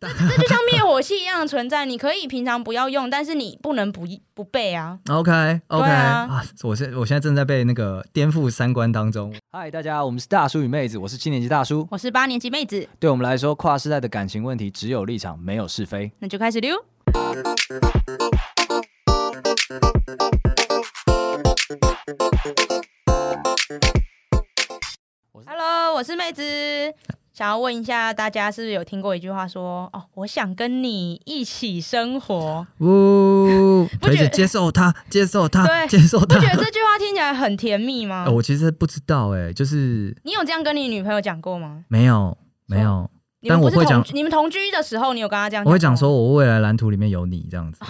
这就像灭火器一样的存在，你可以平常不要用，但是你不能不不备啊。 OK OK 对啊我现我现在正在被那个颠覆三观当中。嗨，大家，我们是大叔与妹子，我是七年级大叔。我是八年级妹子，对我们来说，跨世代的感情问题只有立场，没有是非。那就开始溜。Hello，我是妹子，想要问一下大家，是不是有听过一句话说，哦，我想跟你一起生活？呜，不觉得腿姐接受他，接受他，对接受不他觉。得这句话听起来很甜蜜吗 呃？我其实不知道哎、就是你有这样跟你女朋友讲过吗？没有没有，你们但我不是会同讲居你们同居的时候，你有跟她这样？我会讲，说我未来蓝图里面有你这样子，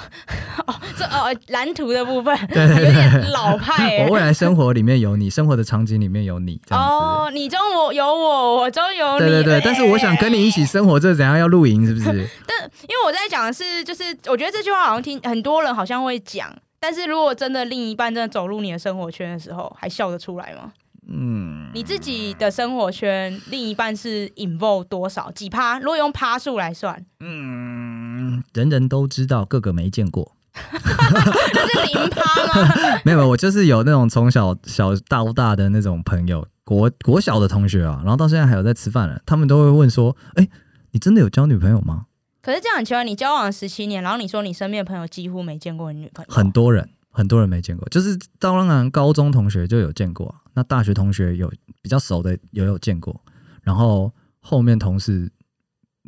这呃蓝图的部分对对有点老派欸、我未来生活里面有你，生活的场景里面有你这样子。哦，你中我有我，我中有你。对对对，但是我想跟你一起生活，这怎样要露营是 不是？因为我在讲的是，就是我觉得这句话好像听很多人好像会讲，但是如果真的另一半真的走入你的生活圈的时候，还笑得出来吗？嗯，你自己的生活圈，另一半是 involve 多少几趴？如果用趴数来算，嗯，人人都知道，个个没见过。那是零趴吗？没有，没有我就是有那种从小小到大的那种朋友，国国小的同学啊，然后到现在还有在吃饭的，他们都会问说：“哎、你真的有交女朋友吗可是这样很奇怪，你交往十七年，然后你说你身边的朋友几乎没见过你女朋？”友，很多人，很多人没见过，就是当然高中同学就有见过啊、那大学同学有比较熟的也有见过，然后后面同事，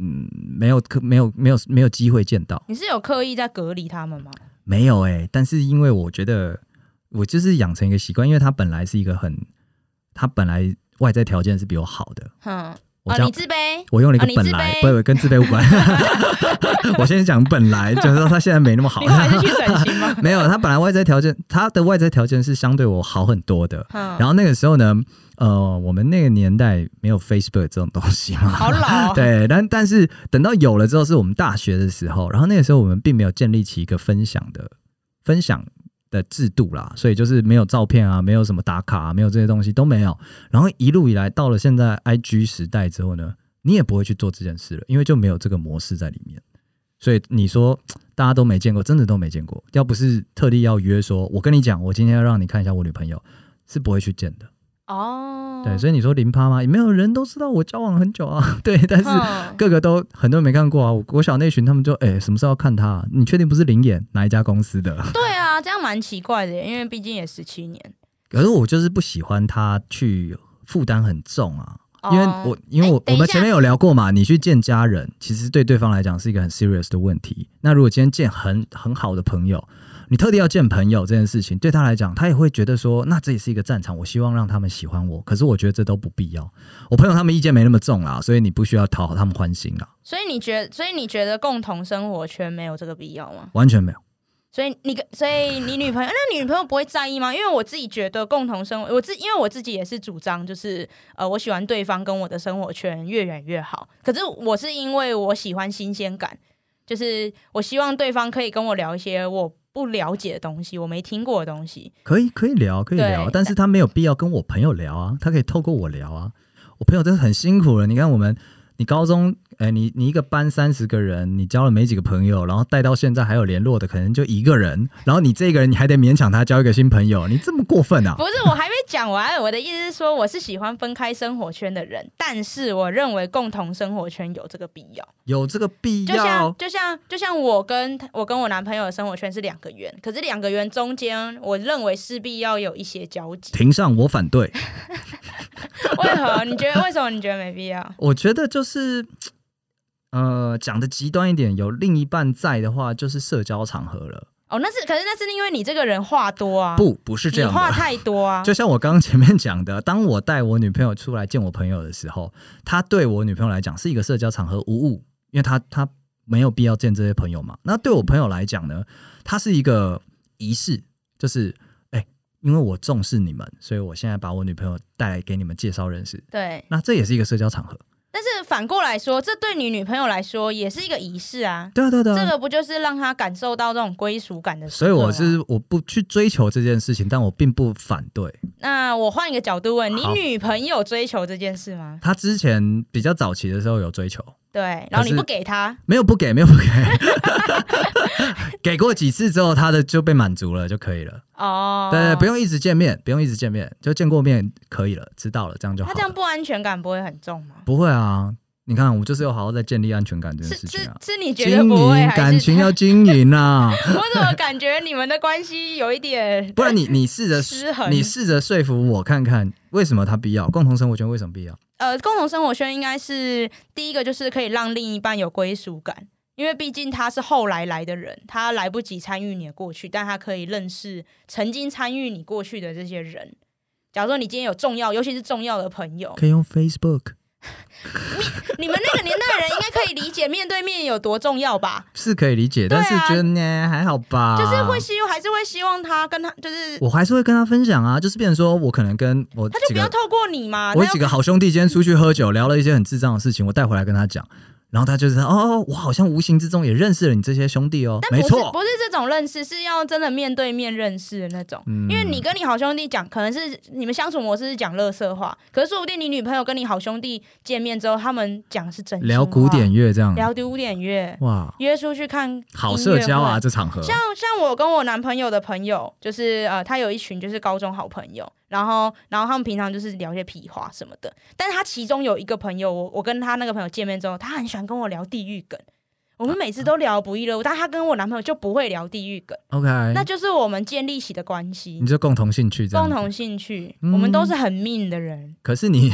嗯，没有没有没有没有机会见到。你是有刻意在隔离他们吗？没有哎、但是因为我觉得我就是养成一个习惯，因为他本来是一个很，他本来外在条件是比我好的，哼，我哦，这样、你自卑，我用了一哦个你本自来，卑不不跟自卑无关， 我先讲 本来，就是说他现在没那么好？你，后来是 去整形吗 没有他本来外在条件，他的外在条件是相对我好很多的。哼，然后那个时候呢，呃，我们那个年代没有 Facebook 这种东西嘛，好老、哦。 对，但但是等到有了之后，是我们大学的时候，然后那个时候我们并没有建立起一个分享的分享的制度啦，所以就是没有照片啊，没有什么打卡、啊，没有这些东西都没有。然后一路以来到了现在 IG 时代之后呢，你也不会去做这件事了，因为就没有这个模式在里面。所以你说大家都没见过，真的都没见过。要不是特地要约说，我跟你讲，我今天要让你看一下我女朋友，是不会去见的。哦，对，所以你说零趴吗？也没有人都知道我交往很久啊。 对，但是嗯各个都很多人没看过啊。我国小那群他们就哎、什么时候要看他、你确定不是灵眼哪一家公司的？ 对啊，这样蛮奇怪的耶，因为毕竟也十七年。可是我就是不喜欢他去负担很重啊。因为哦我，因为我、哎等我一下们前面有聊过嘛，你去见家人，其实对对方来讲是一个很 serious 的问题。那如果今天见很很好的朋友，你特地要见朋友这件事情，对他来讲，他也会觉得说，那这也是一个战场，我希望让他们喜欢我。可是我觉得这都不必要，我朋友他们意见没那么重啦，所以你不需要讨好他们欢心啦，啊所以你觉所以你觉得共同生活圈没有这个必要吗？完全没有。所以你跟所以你女朋友，那你女朋友不会在意吗？因为我自己觉得共同生活，我自因为我自己也是主张，就是呃，我喜欢对方跟我的生活圈越远越好。可是我是因为我喜欢新鲜感，就是我希望对方可以跟我聊一些我不了解的东西，我没听过的东西。可以可以聊，可以对聊，但是他没有必要跟我朋友聊啊，他可以透过我聊啊。我朋友真的很辛苦了，你看我们，你高中，哎、你你一个班三十个人，你交了没几个朋友，然后带到现在还有联络的，可能就一个人，然后你这个人你还得勉强他交一个新朋友，你这么过分啊？不是，我还没讲完。我的意思是说，我是喜欢分开生活圈的人，但是我认为共同生活圈有这个必要。有这个必就像要？就像就像我跟我跟我男朋友的生活圈是两个圆，可是两个圆中间，我认为势必要有一些交集。庭上我反对，为何？你觉得为什么？你觉得没必要？我觉得就是，呃，讲的极端一点，有另一半在的话，就是社交场合了。哦，那是可是那是因为你这个人话多啊，不，不是你这样的。话太多啊。 就像我刚刚前面讲的，当我带我女朋友出来见我朋友的时候，她对我女朋友来讲是一个社交场合无误，因为她她没有必要见这些朋友嘛。那对我朋友来讲呢，它是一个仪式，就是哎、因为我重视你们，所以我现在把我女朋友带来给你们介绍认识。对，那这也是一个社交场合，但是反过来说，这对你女朋友来说也是一个仪式啊。对啊对啊对啊。这个不就是让她感受到这种归属感的时刻所吗？以我是我不去追求这件事情，但我并不反对。那我换一个角度问你，好女朋友追求这件事吗？她之前比较早期的时候有追求，对，然后你可是不给他，没有不给，没 有不给，给过几次之后，他的就被满足了就可以了。哦，对对，不用一直见面，不用一直见面，就见过面可以了，知道了，这样就好他了。这样不安全感不会很重吗？不会啊，你看，我就是有好好在建立安全感这是件事情是啊。是，你觉得经不会营还感是情？要经营啊， 我怎么感觉你们的关系有一点不然你你试着失衡你试着说服我看看，为什么他必要？共同生活圈为什么必要？呃，共同生活圈应该是第一个，就是可以让另一半有归属感，因为毕竟他是后来来的人，他来不及参与你的过去，但他可以认识曾经参与你过去的这些人。假如说你今天有重要，尤其是重要的朋 友，可以用 Facebook 你们那个年代的人应该可以理解面对面有多重要吧？是可以理解，对啊但是觉得呢还好吧，就是会希还是会希望他跟他就是啊我还是会跟他分享啊，就是变成说我可能跟我他就几不要个透过你嘛，我他有啊要几个好兄弟今天出去喝酒，聊了一些很智障的事情，我带回来跟他讲，然后他就是哦，我好像无形之中也认识了你这些兄弟哦，但没不是不错，是这种认识，是要真的面对面认识的那种。嗯因为你跟你好兄弟讲，可能是你们相处模式是讲乐色话，可是说不定你女朋友跟你好兄弟见面之后，他们讲的是真心聊话古典，乐这样，聊古典乐，哇，约出去看，好社交啊，音乐会这场合像哦像我跟我男朋友的朋友，就是呃，他有一群就是高中好朋友，然后然后他们平常就是聊一些屁话什么的。但是他其中有一个朋友，我我跟他那个朋友见面之后，他很喜欢跟我聊地狱梗，我们每次都聊得不亦乐乎，但他跟我男朋友就不会聊地狱梗， ，OK，那就是我们建立起的关系哎你。就共同兴趣这样共子，同兴趣，嗯我们都是很命的人。可是 你。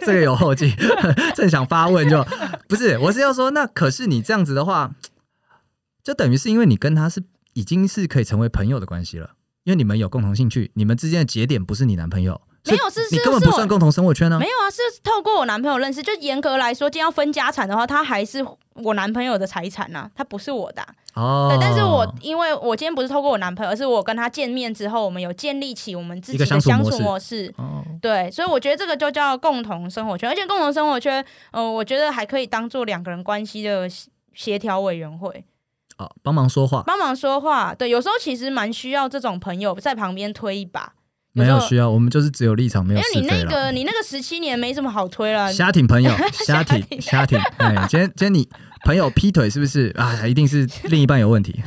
这个有后劲， 正想发问就不是，我是要说，那可是你这样子的话，就等于是因为你跟他是已经是可以成为朋友的关系了，因为你们有共同兴趣，你们之间的节点不是你男朋友，没有是你是根本是不我算共同生活圈呢、没有啊，是透过我男朋友认识。就严格来说，今天要分家产的话，他还是我男朋友的财产呐、他不是我的啊、哦，对，但是我因为我今天不是透过我男朋友，而是我跟他见面之后，我们有建立起我们自己一个的相处模相式处模式。哦，对，所以我觉得这个就叫共同生活圈，而且共同生活圈，呃，我觉得还可以当做两个人关系的协协调委员会，哦，帮忙说话，帮忙说话。对，有时候其实蛮需要这种朋友在旁边推一把，有没时候有需要，我们就是只有立场，没因有为是你非那了。个你那个十七年没什么好推了。瞎挺 朋友，瞎挺挺瞎挺，哎，今天今天你朋友劈腿是不是啊？一定是另一半有问题，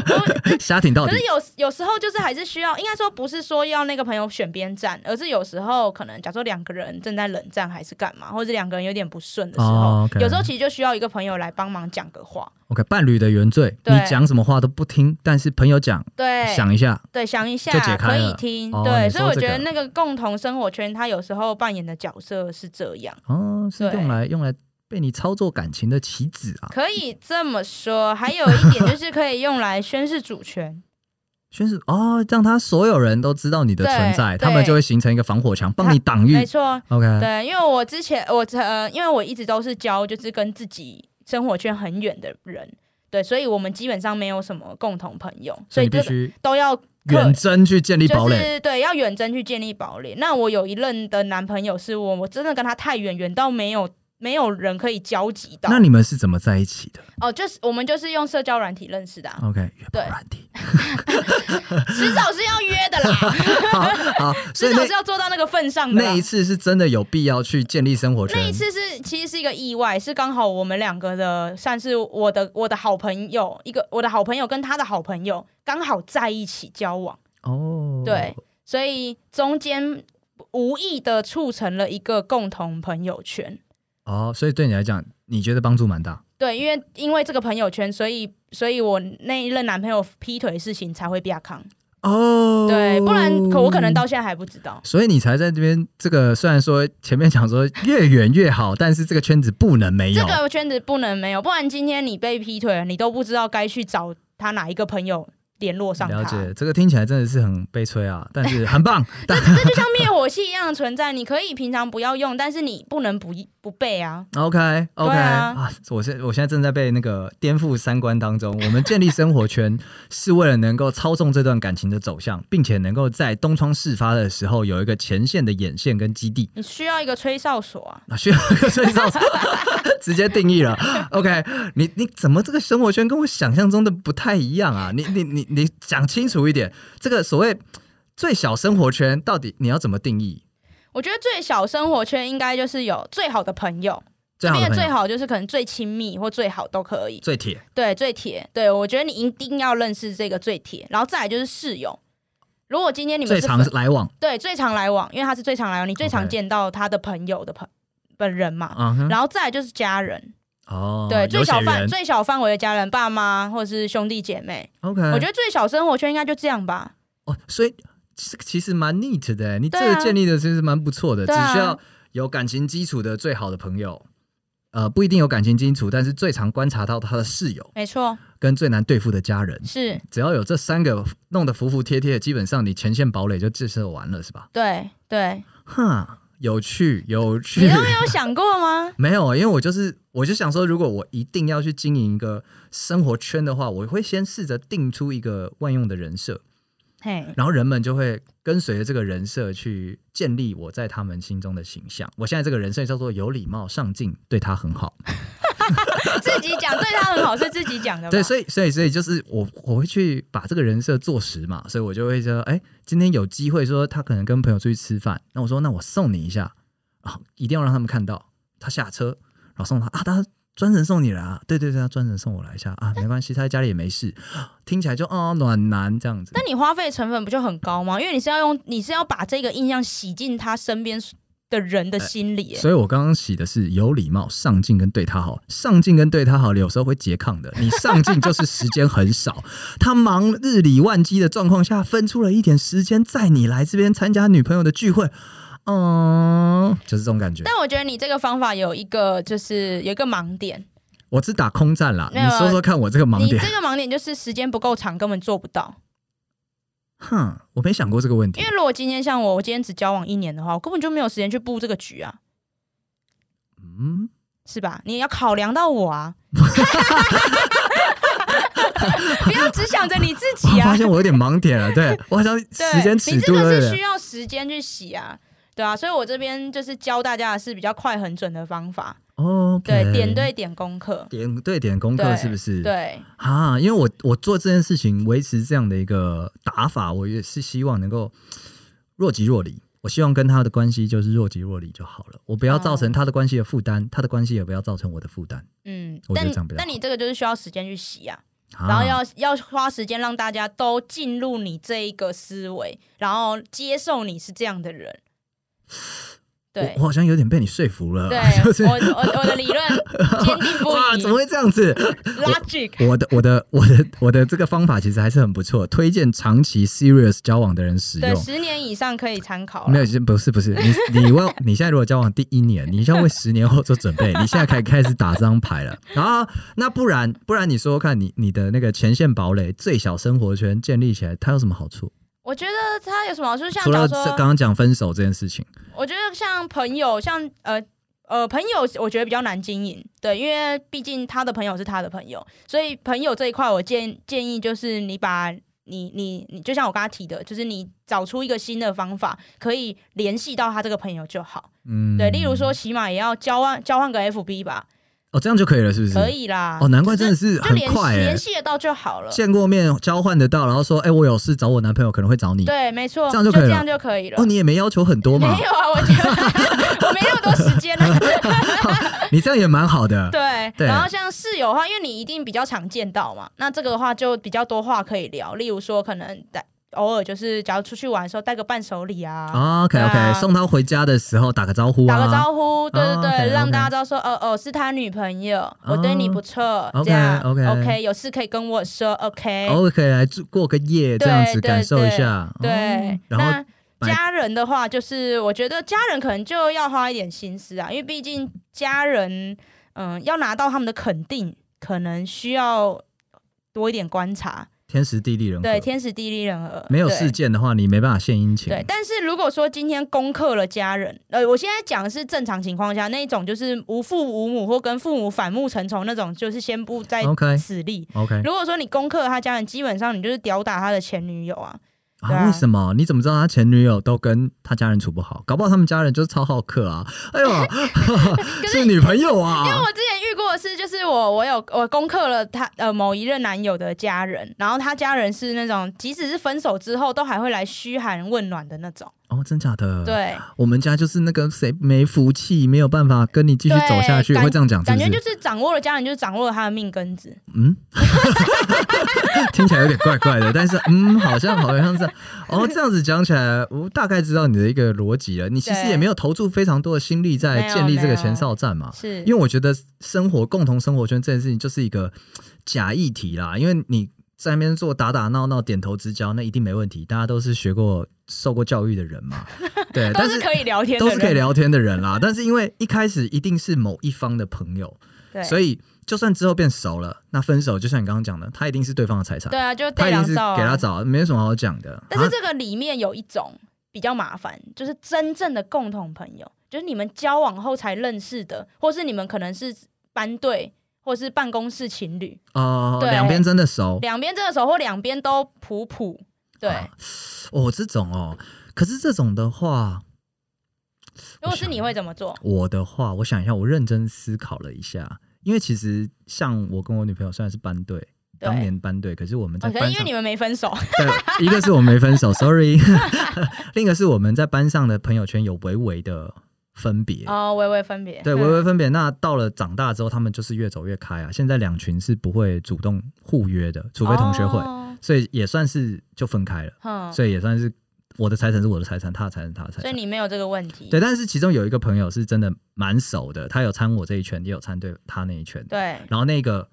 瞎挺到可底是。有有时候就是还是需要，应该说不是说要那个朋友选边站，而是有时候可能假如说两个人正在冷战还是干嘛，或者两个人有点不顺的时候，哦，OK 有时候其实就需要一个朋友来帮忙讲个话。 OK，伴侣的原罪，你对讲什么话都不听，但是朋友讲，对，想一下，对想一下就解开可以了听，哦对，你所以说我这觉得个那个共同生活圈，他有时候扮演的角色是这样，哦，是对用来用来被你操作感情的棋子啊。可以这么说。还有一点就是可以用来宣示主权，宣誓哦，让他所有人都知道你的对存在，对他们就会形成一个防火墙，帮你挡没御。错， OK，对，因为我之前我呃，因为我一直都是教就是跟自己生活圈很远的人，对，所以我们基本上没有什么共同朋友，所所以以你必这个须都要克远征去建立堡就垒。是对要远征去建立堡垒。那我有一任的男朋友是我，我真的跟他太远，远到没有没有人可以交集到。那你们是怎么在一起的哦，就是我们就是用社交软体认识的、啊， ？OK，约对炮软体。迟早是要约的啦，好， 所迟以早是那要做到那个份上的啦。啊那一次是真的有必要去建立生活圈。那一次是其实是一个意外，是刚好我们两个的，算是我的我的好朋友，一个我的好朋友跟他的好朋友刚好在一起交往，哦，对，所以中间无意的促成了一个共同朋友圈。哦，所以对你来讲，你觉得帮助蛮大。对，因为因为这个朋友圈，所以所以我那一任男朋友劈腿的事情才会被他扛，哦，对，不然可我可能到现在还不知道。所以你才在这边，这个虽然说前面讲说越远越好，但是这个圈子不能没这有。个圈子不能没有，不然今天你被劈腿了，你都不知道该去找他哪一个朋友联络上他。了解，这个听起来真的是很悲催啊，但是很棒。但这就像灭火器一样的存在，你可以平常不要用，但是你不能不不备啊。 OK OK 对啊我现我现在正在被那个颠覆三观当中。我们建立生活圈是为了能够操纵这段感情的走向，并且能够在东窗事发的时候有一个前线的眼线跟基地。你需要一个吹哨所啊。啊，需要一个睡觉 直接定义了。OK，你你怎么这个生活圈跟我想象中的不太一样啊？你你你你讲清楚一点，这个所谓最小生活圈到底你要怎么定义？我觉得最小生活圈应该就是有最好的朋友，最好这的边的朋最友好就是可能最亲密或最好都可以，最铁对，最铁。对我觉得你一定要认识这个最铁，然后再来就是室友。如果今天你们最是常粉来往对最常来往，因为他是最常来往，你最常 OK 见到他的朋友的朋本人嘛。啊哼，然后再来就是家人，哦，对有最小血范缘最小范围的家人，爸妈或者是兄弟姐妹。 OK，我觉得最小生活圈应该就这样吧。哦，所以这个其实蛮 neat 的欸，你这对个啊建立的其实蛮不错的，对啊只需要有感情基础的最好的朋友，呃，不一定有感情基础，但是最常观察到他的室友没错，跟最难对付的家人，是只要有这三个弄得服服帖帖，基本上你前线堡垒就建设完了，是吧？对对。哈，有趣，有你趣都。没有想过吗？ 没有，因为我就是我就想说，如果我一定要去经营一个生活圈的话，我会先试着定出一个万用的人设，嘿，然后人们就会跟随着这个人设去建立我在他们心中的形象。我现在这个人设叫做有礼貌、上进，对他很好。自己讲对他很好是自己讲的吧？对，所以所以所以就是我我会去把这个人设做实嘛，所以我就会说，哎，今天有机会说他可能跟朋友出去吃饭，那我说那我送你一下啊，一定要让他们看到他下车，然后送他啊，他专程送你来啊，对对对，他专程送我来一下啊，没关系，他在家里也没事，听起来就哦暖男这样子那。你花费成本不就很高吗？因为你是要用，你是要把这个印象洗进他身边的人的心里、欸。所以我刚刚洗的是有礼貌、上进跟对他好。上进跟对他好有时候会拮抗的，你上进就是时间很少， 他忙日理万机的状况下，分出了一点时间载你来这边参加女朋友的聚会，嗯，就是这种感觉。但我觉得你这个方法有一个，就是有一个盲点，我只打空战啦，没你有啊说说看我这个盲你这点。个盲点就是时间不够长，根本做不到。哼，我没想过这个问题因为。如果今天像我，我今天只交往一年的话，我根本就没有时间去布这个局啊，嗯，是吧？你也要考量到我 啊，不要只想着你自己我啊发。现我有点盲点 了，对我好像时对，间你尺这度有个是点需要时间去洗啊，对啊，所以我这边就是教大家的是比较快很准的方法，哦，对，点对点功课，点对点功课对是不是？对，啊，因为我我做这件事情，维持这样的一个打法，我也是希望能够若即若离。我希望跟他的关系就是若即若离就好了，我不要造成哦他的关系的负担，他的关系也不要造成我的负担。嗯我，觉得但这样比较但你这个就是需要时间去洗啊，啊然后要要花时间让大家都进入你这一个思维，然后接受你是这样的人，对我我。好像有点被你说服了，对 就是，我我我的理论坚定不嗯 哇，移怎么会这样 子？ ，logic 我的我的我的我的这个方法其实还是很不错，推荐长期 serious 交往的人使对用。十年以上可以参考啦，没有，先不是不是，你你要 你现在如果交往第一年，你要为十年后做准备，你现在开开始打这张牌了啊？那不然不然，你说说看你你的那个前线堡垒最小生活圈建立起来，它有什么好处？我觉得它有什么好处？像除假了如这说刚刚讲分手这件事情，我觉得像朋友，像呃呃朋友，我觉得比较难经营，对，因为毕竟他的朋友是他的朋友，所以朋友这一块，我建建议就是你把你你你，就像我刚刚提的，就是你找出一个新的方法，可以联系到他这个朋友就好，嗯，对，例如说起码也要交换交换个 FB 吧，哦，这样就可以了，是不是？可以啦，哦，难怪真的是是就很联快哎、联系得到就好了，见过面交换得到，然后说，哎、我有事找我男朋友，可能会找你。对，没错，这样就可以了这样就可以了哦，。你也没要求很多嘛 没，有啊，我觉得我没那么多时间 啊。你这样也蛮好的。 对，对然后像室友的话，因为你一定比较常见到嘛，那这个的话就比较多话可以聊，例如说可能带偶尔就是，假如出去玩的时候带个伴手礼啊。 OK 对 OK，、啊送他回家的时候打个招呼啊，打个招呼，对对对， OK，OK 让大家知道说，哦哦，是他女朋友，我对你不错， OK，这样 OK OK，有事可以跟我说，OK，、偶尔可以来住过个夜，对这样子对感受一下。对。哦然后那家人的话，就是我觉得家人可能就要花一点心思啊，因为毕竟家人，嗯、要拿到他们的肯定，可能需要多一点观察，天时地利人和，对，天时地利人和，没有对事。件的话，你没办法献殷勤。对，但是如果说今天攻克了家人，呃，我现在讲的是正常情况下那一种，就是无父无母或跟父母反目成仇那种，就是先不再 OK 此例。 OK 如果说你攻克了他家人，基本上你就是吊打他的前女友啊。对啊，啊为什么？你怎么知道他前女友都跟他家人处不好？搞不好他们家人就是超好客啊！哎呦，是女朋友因为啊！我之前遇过的是，就是我我有我攻克了他呃某一任男友的家人，然后他家人是那种即使是分手之后都还会来嘘寒问暖的那种。哦，真假的？，对，我们家就是那个谁没福气，没有办法跟你继续走下去，对会这样讲，是感不觉是？就是掌握了家人，就是掌握了他的命根子。嗯，听起来有点怪怪的，但是嗯，好像好像是哦，这样子讲起来，我大概知道你的一个逻辑了。你其实对也没有投注非常多的心力在没有建立这没个有前哨站嘛，是，因为我觉得生活共同生活圈这件事情就是一个假议题啦，因为你在那边做打打闹闹、点头之交，那一定没问题，大家都是学过、受过教育的人 嘛，对，都但是可以聊天的都人，是可以聊天的人啦。但是因为一开始一定是某一方的朋友，对，所以以就算之后变熟了，那分手就像你刚刚讲的，他一定是对方的财产，对啊，就他对一定两是照、给他。找，没有什么好讲的。但是啊这个里面有一种比较麻烦，就是真正的共同朋友，就是你们交往后才认识的，或是你们可能是班队。或是办公室情侣，哦，对两边真的熟两边这个时候或两边都普普，对。啊哦，这种哦，可是这种的话，如啊果是你会怎么做？我的话，我想一下，我认真思考了一下，因为其实像我跟我女朋友虽然是班队，对当年班队，可是我们哦在可能班因为上你，们没分手，对，一个是我们没分手，sorry，另一个是我们在班上的朋友圈有微微的分别。哦，微微分别，对，嗯微微分别。那到了长大之后，他们就是越走越开啊。现在两群是不会主动互约的，除非同学会，哦所以也算是就分开了。嗯，所所以也算是我的财产是我的财产，他的财产是他的财以产。你没有这个问题，对，但是其中有一个朋友是真的蛮熟的，他有参我这一圈，也有参对他那一圈。对然后那个，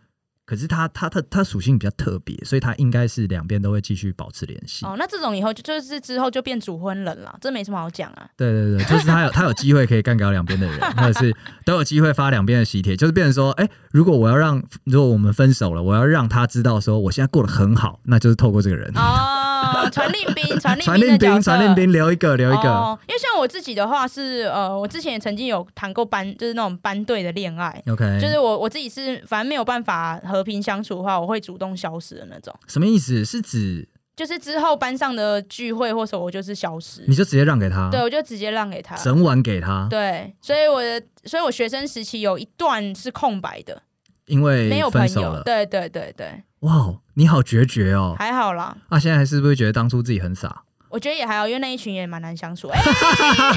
可是他他他他属性比较特别，所以他应该是两边都会继续保持联系。哦，那这种以后就就是之后就变主婚人了，这没什么好讲 啊。对对对，就是他有他有机会可以干掉两边 的人，或者是都有机会发两边的喜帖，就是变成说，哎，如果我要让，如果我们分手了，我要让他知道说我现在过得很好，那就是透过这个人，哦，传令 兵，传传令令兵的角兵，色传令兵留一个，留一个，哦，因为像我自己的话是，呃，我之前也曾经有谈过班，就是那种班队的恋爱。 OK，就是我我自己是，反正没有办法和平相处的话，我会主动消失的那种。什么意思？是指就是之后班上的聚会或什么，我就是消失你。就直接让给他，对，我就直接让给他。整晚给他，对，所以我的，所以我学生时期有一段是空白的，因没为有朋分手友。了。对对对对，哇，你好决绝哦！还好啦。啊，现在还是不是觉得当初自己很傻我觉得也还好，因为那一群也蛮难相处。哎、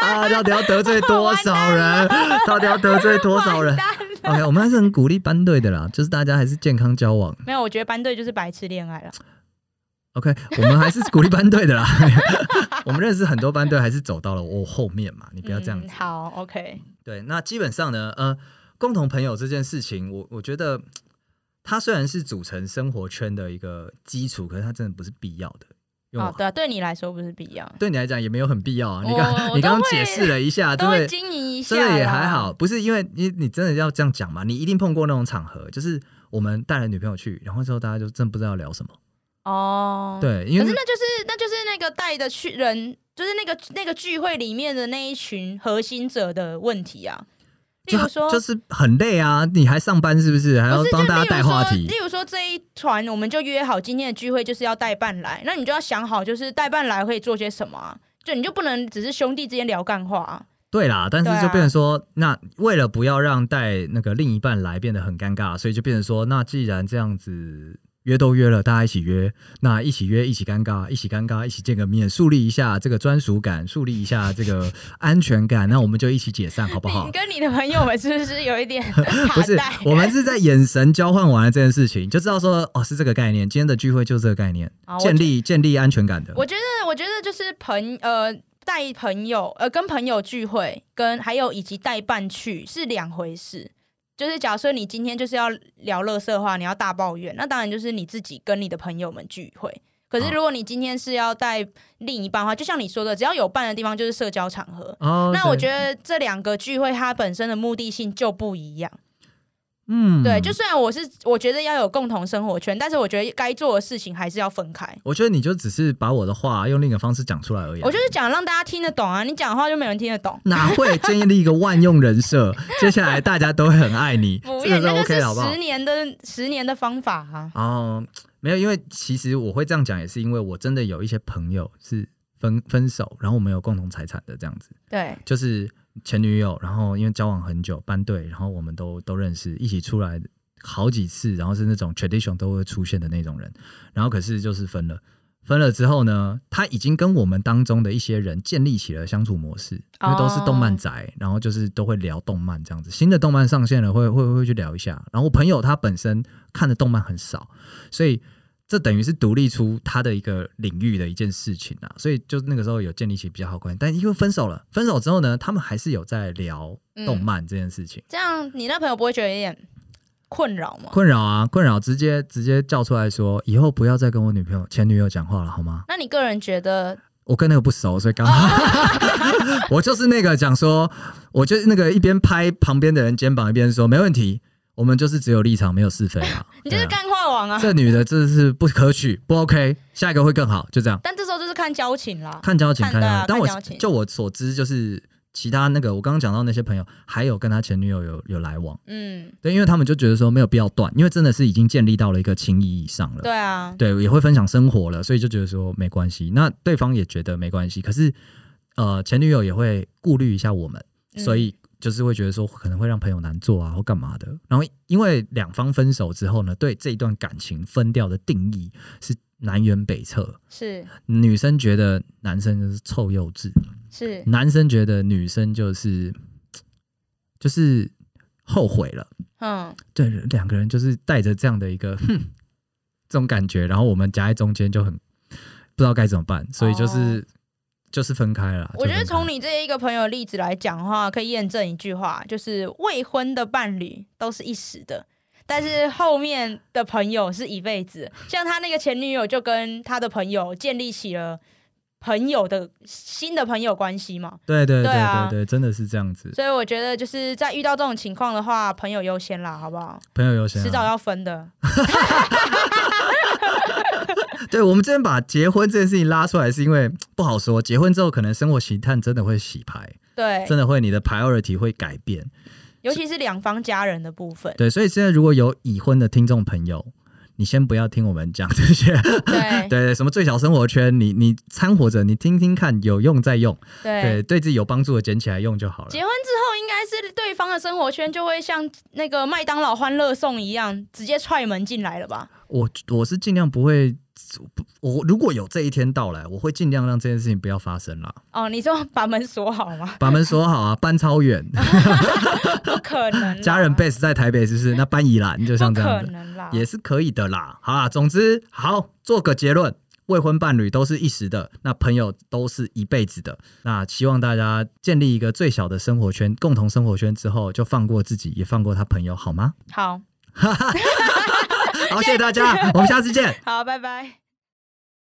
啊？到底要得罪多少 人？到底要得罪多少完人蛋？OK，我们还是很鼓励班队的啦，就是大家还是健康交往。 没有，我觉得班队就是白痴恋爱了。 OK，我们还是鼓励班队的啦。 我们认识很多班队，还是走到了我后面嘛，你不要这样子。嗯、好，OK，对，那基本上呢，呃，共同朋友这件事情，我我觉得它虽然是组成生活圈的一个基础，可是它真的不是必要的。因为我哦，对啊、对你来说不是不一样，对你来讲也没有很必要啊。你我刚我你刚刚都会解释了一下，哦都对会不对？经营一下，真的也还好，。不是因为你你真的要这样讲嘛？你一定碰过那种场合，就是我们带了女朋友去，然后之后大家就真的不知道要聊什么。哦，。对，因可为是那就是那就是那个带的去人，就是那个那个聚会里面的那一群核心者的问题啊。例就如说，就是很累啊，你还上班是不是？还要不是就帮例大家如带话说，题例。如说这一团，我们就约好今天的聚会就是要代办来，那你就要想好，就是代办来会做些什么、啊。就你就不能只是兄弟之间聊干话、啊，对啦，但是对啊就变成说，那为了不要让带那个另一半来变得很尴尬，所以就变成说，那既然这样子约都约了，大家一起约，那一起约，一起尴尬，一起尴尬，一起见个面，树立一下这个专属感，树立一下这个安全感，那我们就一起解散，好不好 你？跟你的朋友们是不是有一点 不不是，我们是在眼神交换完了这件事情，就知道说，哦，是这个概念，今天的聚会就这个概念，啊我建立建立安全感的。我觉得，我觉得就是朋呃带朋友呃跟朋友聚会，跟还有以及带伴去是两回事。就是假设你今天就是要聊乐色话，你要大抱怨，那当然就是你自己跟你的朋友们聚会。可是哦如果你今天是要带另一半的话，就像你说的，只要有伴的地方就是社交场合。哦，那我对觉，得这两个聚会它本身的目的性就不一样。嗯，对，就虽然我是我觉得要有共同生活圈，但是我觉得该做的事情还是要分开。我觉得你就只是把我的话用另一个方式讲出来而已啊、我就是讲让大家听得懂啊，你讲的话就没有人听得懂。哪会建立一个万用人设？接下来大家都会很爱你，不这要，个是那 OK 个的好不是好十？年的十年的方法啊。哦，没有，因为其实我会这样讲，也是因为我真的有一些朋友是分分手，然后我们有共同财产的这样子，对，就是前女友，然后因为交往很久，班队，然后我们都都认识，一起出来好几次，然后是那种 tradition 都会出现的那种人，然后可是就是分了。分了之后呢，他已经跟我们当中的一些人建立起了相处模式，因为都是动漫宅，然后就是都会聊动漫这样子。新的动漫上线了，会会会去聊一下。然后我朋友他本身看的动漫很少，所以这等于是独立出他的一个领域的一件事情啊。所以就那个时候有建立起比较好关系，但因为分手了，分手之后呢，他们还是有在聊动漫这件事情。这样你那朋友不会觉得有点困扰吗？困扰啊，困扰！直接直接叫出来说，以后不要再跟我女朋友、前女友讲话了，好吗？那你个人觉得我跟那个不熟，所以刚好、 我就是那个讲说，我就是那个一边拍旁边的人肩膀，一边说没问题，我们就是只有立场，没有是非啊。你就是对啊干话王啊？这女的，这是不可取，不 OK，下一个会更好，就这样，但这时候就是看交情啦。看交情，看看交对啊情。但我看交情就我所知，就是其他那个我刚刚讲到那些朋友，还有跟他前女友有有来往，嗯，对，因为他们就觉得说没有必要断，因为真的是已经建立到了一个情谊以上了。对啊，对，也会分享生活了，所以就觉得说没关嗯系。那对方也觉得没关系，可是呃，前女友也会顾虑一下我们，嗯所以就是会觉得说可能会让朋友难做啊，或干嘛的。然后因为两方分手之后呢，对这一段感情分掉的定义是南辕北辙。嗯是女生觉得男生就是臭幼稚，是，男生觉得女生就是就是后悔了。嗯，对，两个人就是带着这样的一个 哼这种感觉，然后我们夹在中间就很不知道该怎么办，所以就是、就是分开了啦。哦 我觉得就分开从你这一个朋友的例子来讲的话，可以验证一句话，就是未婚的伴侣都是一时的，但是后面的朋友是一辈子。像他那个前女友就跟他的朋友建立起了朋友的新的朋友关系嘛，对对对对啊对对，真的是这样子，所以我觉得就是在遇到这种情况的话，朋友优先啦，好不好？朋友优先、迟早啊。要分的，对，我们之前把结婚这件事情拉出来，是因为不好说，结婚之后可能生活形态真的会洗牌，对，真的会你的 priority 会改变。尤其是两方家人的部分，对，所以现在如果有已婚的听众朋友，你先不要听我们讲这些，哎对 对对，什么最小生活圈，你你掺和着，你听听看，有用再用。对对，。对自己有帮助的捡起来用就好了。结婚之后，应该是对方的生活圈就会像那个麦当劳欢乐颂一样，直接踹门进来了 吧？我我是尽量不会，我如果有这一天到来，我会尽量让这件事情不要发生啦。哦，你说把门锁好 吗？把门锁好啊，搬超远，不可能啦，家人 base 在台北是不 是？那搬宜兰就像不这可样的，能啦。也是可以的啦。好啦，总之好做个结论。未婚伴侣都是一时的，那朋友都是一辈子的。那希望大家建立一个最小的生活圈，共同生活圈之后，就放过自己，也放过他朋友，好吗？好好，谢谢大家，我们下次见。好，拜拜。